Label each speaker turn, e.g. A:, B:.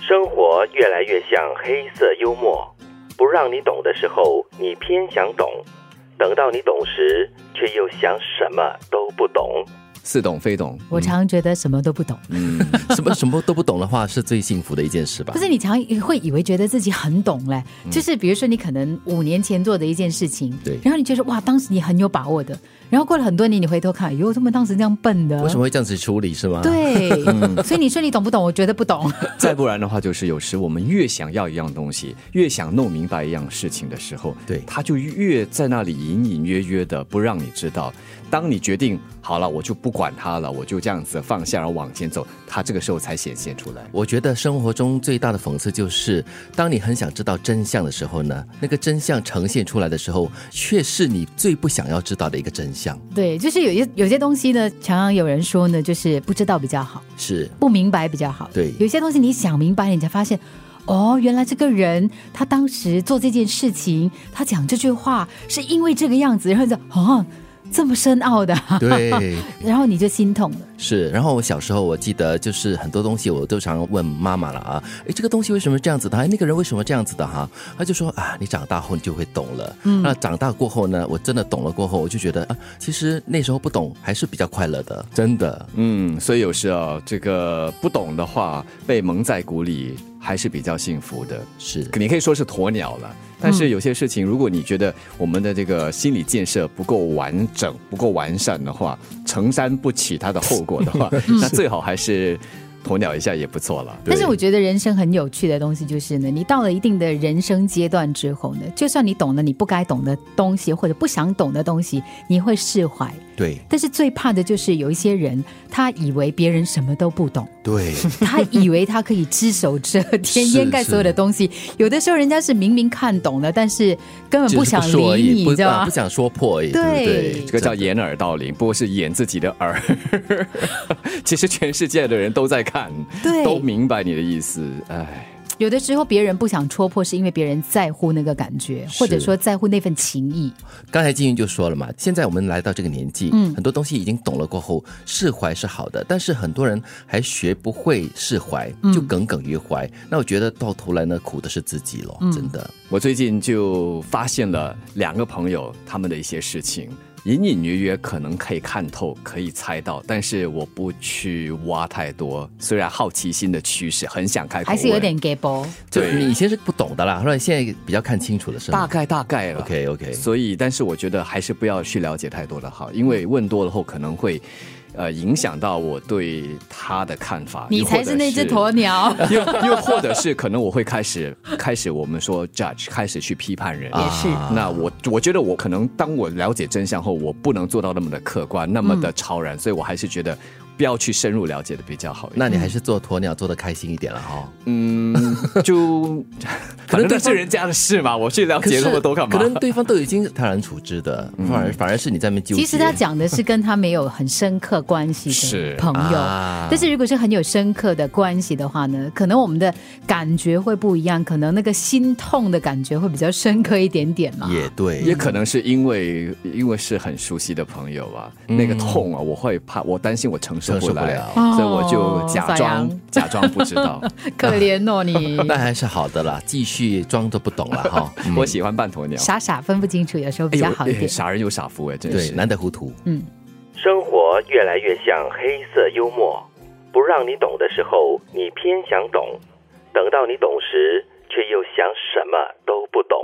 A: 生活越来越像黑色幽默，不让你懂的时候，你偏想懂；等到你懂时，却又想什么都不懂。
B: 似懂非懂。
C: 我常常觉得什么都不懂，
B: 嗯，
D: 嗯什么什么都不懂的话，是最幸福的一件事吧
C: 可？是你常会以为觉得自己很懂嘞，就是比如说你可能五年前做的一件事情，
D: 嗯对
C: 然后你觉得哇，当时你很有把握的，然后过了很多年，你回头看，哎哟，他们当时这样笨的，
D: 为什么会嗯这样子处理是吗？，
C: 对，所以你说你懂不懂？我觉得不懂。
B: 再不然的话，就是有时我们越想要一样东西，越想弄明白一样事情的时候，
D: 对
B: 它就越在那里隐隐约约的不让你知道。当你决定好了，我就不管它了，我就这样子放下，然后往前走，它这个时候才显现出来。
D: 我觉得生活中最大的讽刺就是，当你很想知道真相的时候呢，那个真相呈现出来的时候，却是你最不想要知道的一个真相。
C: 对，就是有些有些东西呢，常常有人说呢，就是不知道比较好，
D: 是，
C: 不明白比较好。
D: 对
C: 有些东西你想明白，你才发现。哦，原来这个人他当时做这件事情，他讲这句话是因为这个样子，然后你就哦，这么深奥的，
D: 对。
C: 然后你就心痛了。
D: 是，然后我小时候我记得就是很多东西我都常问妈妈了啊，诶，这个东西为什么这样子的？哎，那个人为什么这样子的哈、她就说啊，你长大后你就会懂了。嗯，那长大过后呢，我真的懂了过后，我就觉得啊，其实那时候不懂还是比较快乐的，真的。
B: 嗯，所以有时啊，这个不懂的话，被蒙在鼓里还是比较幸福的。
D: 是，
B: 你可以说是鸵鸟了。但是有些事情，如果你觉得我们的这个心理建设不够完整、不够完善的话，承担不起它的后果 的话，那最好还是鸵鸟一下也不错了。
C: 但是我觉得人生很有趣的东西就是呢，你到了一定的人生阶段之后呢，就算你懂了你不该懂的东西或者不想懂的东西，你会释怀。
D: 对
C: 但是最怕的就是有一些人，他以为别人什么都不懂，
D: 对，
C: 他以为他可以只手遮天，
D: 是
C: 掩盖所有的东西。有的时候人家是明明看懂了，但是根 本不想
D: 只是说而
C: 理
D: 已
C: 你，
D: 不
C: 你知道
D: 啊
C: 吗
D: 不？想说破而已，对不
C: 对
D: 对？
B: 这个叫掩耳盗铃，不过是掩自己的耳。 其实全世界的人都在看，
C: 对
B: 都明白你的意思。哎，
C: 有的时候别人不想戳破，是因为别人在乎那个感觉，或者说在乎那份情谊。
D: 刚才金云就说了嘛，现在我们来到这个年纪，
C: 嗯
D: 很多东西已经懂了过后，释怀是好的，但是很多人还学不会释怀，
C: 嗯
D: 就耿耿于怀。那我觉得到头来呢，苦的是自己咯，
C: 嗯
D: 真的。
B: 我最近就发现了两个朋友他们的一些事情，隐隐约约可能可以看透，可以猜到，但是我不去挖太多。虽然好奇心的驱使，很想开口问，
C: 还是有点 g a b l
D: 就
B: 对
D: 你以前是不懂的啦，后来现在比较看清楚了，是
B: 大
D: 吗
B: 概大概了。
D: ？OK OK，
B: 所以，但是我觉得还是不要去了解太多的好，因为问多了后可能会，呃，影响到我对他的看法。
C: 你
B: 又或
C: 才
B: 者
C: 是那只鸵鸟。
B: 又又或者是可能我会开始开始我们说 judge，开始去批判人，
C: 也是
B: 那我我觉得我可能当我了解真相后，我不能做到那么的客观，那
C: 嗯
B: 么的超然，所以我还是觉得不要去深入了解的比较好。
D: 那你还是做鸵鸟做的开心一点了哈、
B: 嗯，就反正那是人家的事嘛，我去了
D: 可
B: 解
D: 是
B: 那么多干嘛？
D: 可能对方都已经泰然处之 的，反而反而是你在那边纠结。
C: 其实他讲的是跟他没有很深刻关系的
B: 是
C: 朋友，
D: 啊
C: 但是如果是很有深刻的关系的话呢，可能我们的感觉会不一样，可能那个心痛的感觉会比较深刻一点点嘛。
D: 也对，
B: 也可能是因为因为是很熟悉的朋友啊，那个痛啊，我会怕，我担心我承受不来，
D: 承受
C: 不了
B: 所以我就假装、
C: 哦
B: 假装不知道。
C: 可怜哦你，
D: 那还是好的啦，继续装作不懂了 哈。嗯
B: 我喜欢半鸵鸟，
C: 傻傻分不清楚，有时候比较好一
B: 哎呦哎
C: 点。
B: 傻人有傻福哎，真
D: 对，
B: 是。
D: 难得糊涂。
A: 生活越来越像黑色幽默，不让你懂的时候，你偏想懂；等到你懂时，却又想什么都不懂。